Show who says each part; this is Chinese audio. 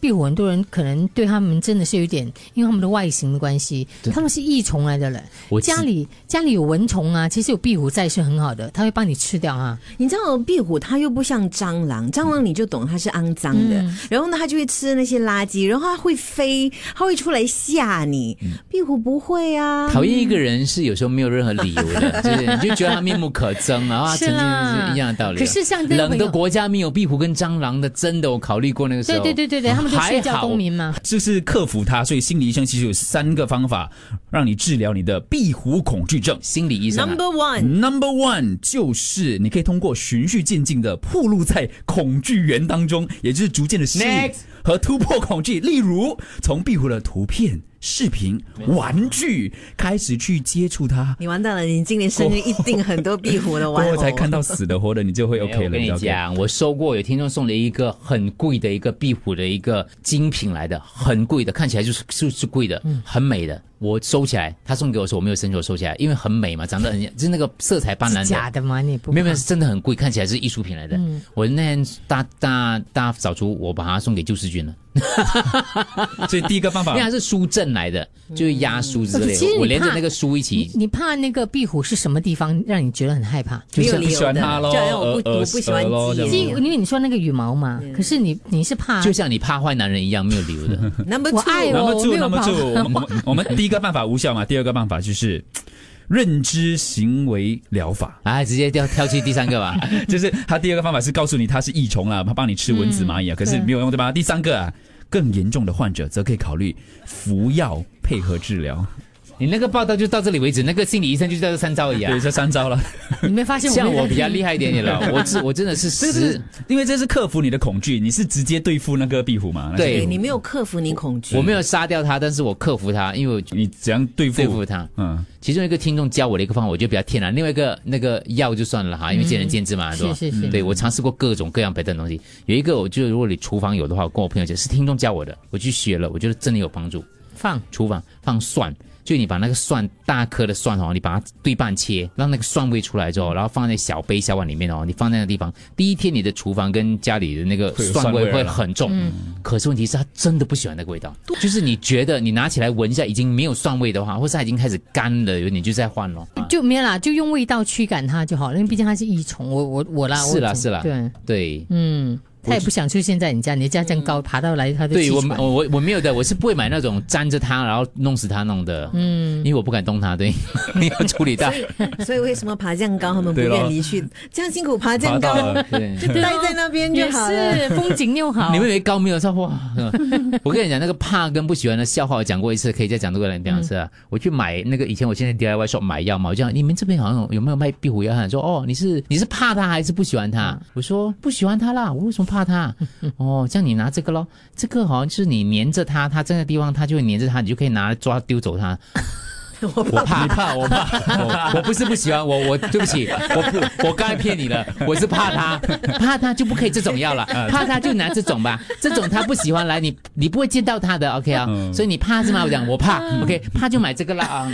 Speaker 1: 壁虎很多人可能对他们真的是有点，因为他们的外形的关系，
Speaker 2: 对
Speaker 1: 他们是异虫来的人
Speaker 2: 我。
Speaker 1: 家
Speaker 2: 知
Speaker 1: 里家里有蚊虫啊，其实有壁虎在是很好的，它会帮你吃掉啊。
Speaker 3: 你知道壁虎它又不像蟑螂，蟑螂你就懂它是肮脏的，
Speaker 4: 嗯
Speaker 3: 然后呢它就会吃那些垃圾，然后它会飞，它会出来吓你。
Speaker 4: 嗯
Speaker 3: 壁虎不会啊，
Speaker 1: 嗯
Speaker 2: 讨厌一个人是有时候没有任何理由 的，就是你就觉得他面目可憎啊，然后他
Speaker 1: 是
Speaker 2: 曾经
Speaker 1: 啦
Speaker 2: 是一样的道理啊。
Speaker 1: 可是像这个
Speaker 2: 冷
Speaker 1: 朋
Speaker 2: 的
Speaker 1: 友
Speaker 2: 国家没有壁虎跟蟑螂的，真的我考虑过那个时
Speaker 1: 对
Speaker 2: 候。
Speaker 1: 对对对对，他们都
Speaker 2: 哦还
Speaker 1: 睡觉
Speaker 2: 好
Speaker 1: 公民嘛。
Speaker 4: 就是克服它。所以心理医生其实有三个方法让你治疗你的壁虎恐惧症。
Speaker 2: 心理医生啊、
Speaker 3: Number one，
Speaker 4: Number one 就是你可以通过循序渐进的暴露在恐惧源当中，也就是逐渐的适应
Speaker 2: Next
Speaker 4: 和突破恐惧。例如，从壁虎的图片、视频、玩具开始去接触它，
Speaker 3: 你完蛋了，你今年生日一定很多壁虎的
Speaker 4: 过
Speaker 3: 玩偶。
Speaker 4: 后才看到死的活的，你就会
Speaker 2: 哦没有
Speaker 4: OK
Speaker 2: 我
Speaker 4: 了。
Speaker 2: 跟你
Speaker 4: 了解
Speaker 2: 讲，我收过有听众送了一个很贵的一个壁虎的一个精品来的，很贵的，看起来就是是是贵的，
Speaker 1: 嗯
Speaker 2: 很美的。我收起来，他送给我说我没有伸手收起来，因为很美嘛，长得很就是那个色彩斑斓
Speaker 1: 是
Speaker 2: 的。
Speaker 1: 假的吗？你也不
Speaker 2: 没有没有，
Speaker 1: 怕嗯
Speaker 2: 是真的很贵，看起来是艺术品来的。我那天大大大扫除，我把它送给救世军了，
Speaker 4: 所以第一个方
Speaker 2: 因
Speaker 4: 法
Speaker 2: 为它是书证来的，就是压书之类
Speaker 1: 嗯其实
Speaker 2: 的。
Speaker 1: 你
Speaker 2: 我连着
Speaker 1: 怕
Speaker 2: 那个书一
Speaker 1: 你
Speaker 2: 起，
Speaker 1: 你怕那个壁虎是什么地方让你觉得很害怕？
Speaker 4: 就
Speaker 3: 没有
Speaker 4: 是
Speaker 3: 理
Speaker 4: 不
Speaker 3: 由
Speaker 4: 喜欢
Speaker 3: 的
Speaker 4: 它咯，
Speaker 3: 就好像我不
Speaker 4: 呃
Speaker 3: 我不喜欢
Speaker 4: 呃咯
Speaker 3: 鸡
Speaker 4: 这样
Speaker 1: 因
Speaker 3: 对
Speaker 1: 为因为你说那个羽毛嘛，可是你你是怕
Speaker 2: 就像你怕坏男人一样，没有理由 的。
Speaker 3: Number
Speaker 1: 我爱
Speaker 3: two，
Speaker 4: 那么
Speaker 1: 我
Speaker 4: 住，
Speaker 1: 没有
Speaker 4: 那么
Speaker 1: 办
Speaker 4: 住，
Speaker 1: 法
Speaker 4: 我们我们第一个办法无效嘛，第二个办法就是认知行为疗法，
Speaker 2: 哎，直接跳跳去第三个 吧。
Speaker 4: 就是他第二个方法是告诉你它是益虫啦，它帮你吃蚊子、蚂蚁啊，可是没有用对吧？第三个啊，更严重的患者则可以考虑服药配合治疗，
Speaker 2: 你那个报道就到这里为止，那个心理医生就叫这三招而已啊
Speaker 4: 对，。这三 招了，
Speaker 1: 你没发现
Speaker 2: 像
Speaker 1: 我
Speaker 2: 我比较厉
Speaker 1: 害，
Speaker 2: 害一点点了，我是我真的是
Speaker 4: 这个
Speaker 2: 实
Speaker 4: 是，因为这是克服你的恐惧，你是直接对付那个壁虎嘛？那是
Speaker 2: 对
Speaker 3: 对你没有克服你恐惧。
Speaker 2: 我没有杀掉他，但是我克服他，因为我
Speaker 4: 你怎样对付？
Speaker 2: 对付他。
Speaker 4: 嗯，
Speaker 2: 其中一个听众教我的一个方法，我觉得比较天然。另外一个那个药就算了哈，因为见仁见智嘛，对吧？
Speaker 1: 嗯是是是
Speaker 2: 对我尝试过各种各样别的东西，有一个我就如果你厨房有的话，我跟我朋友讲是听众教我的，我去学了，我觉得真的有帮助。
Speaker 1: 放
Speaker 2: 厨房放蒜，就你把那个蒜大颗的蒜哦，你把它对半切，让那个蒜味出来之后，然后哦放在小杯小碗里面哦，你放在那个地方。第一天你的厨房跟家里的那个
Speaker 4: 会有
Speaker 2: 蒜
Speaker 4: 蒜味啊
Speaker 2: 味
Speaker 4: 儿
Speaker 2: 会
Speaker 4: 了
Speaker 2: 很重，可是问题是他真的不喜欢那个味道，就是你觉得你拿起来闻一下已经没有蒜味的话，或是它已经开始干了，你就再换咯。啊
Speaker 1: 就没有啦，就用味道驱赶它就好了，因为毕竟它是益虫。我我我啦，我
Speaker 2: 是啦
Speaker 1: 怎么
Speaker 2: 是啦
Speaker 1: 对，
Speaker 2: 对。
Speaker 1: 嗯，它也不想出现在你家，你家这样高，爬到来它就
Speaker 2: 对
Speaker 1: 气
Speaker 2: 我
Speaker 1: 喘
Speaker 2: 我我我没有的，我是不会买那种粘着它然后弄死它弄的，嗯，因为我不敢动它，对， 你要处理它，
Speaker 3: 所以为什么爬这样高，他们不
Speaker 4: 对咯
Speaker 3: 愿离去？这样辛苦爬这
Speaker 4: 爬
Speaker 3: 样
Speaker 4: 到
Speaker 3: 高，
Speaker 4: 了。
Speaker 2: 对。
Speaker 3: 就 待在那边就
Speaker 1: 也
Speaker 3: 好了。
Speaker 1: 是风景又好
Speaker 2: 你。们以为高没有上哇？我跟你讲，那个怕跟不喜欢的笑话，我讲过一次，可以再讲多两两次啊。我去买那个以前我现在 DIY shop 买药嘛，我就讲你们这边好像有没有卖壁虎药？他说哦，你是你是怕它还是不喜欢它？我说不喜欢它啦，我为什么怕它？哦，这样你拿这个咯，这个好像是你粘着它，它这个地方它就会粘着它，你就可以拿来抓丢走它。我 怕，你怕，我怕，我我不是不喜欢我，我对不起，我不，我刚才骗你了，我是怕 他，怕他就不可以这种药了，怕他就拿这种吧，这种他不喜欢来，你你不会见到他的，OK 啊，
Speaker 4: 嗯
Speaker 2: 嗯 所以你怕是吗？我讲我怕，OK，怕就买这个啦啊。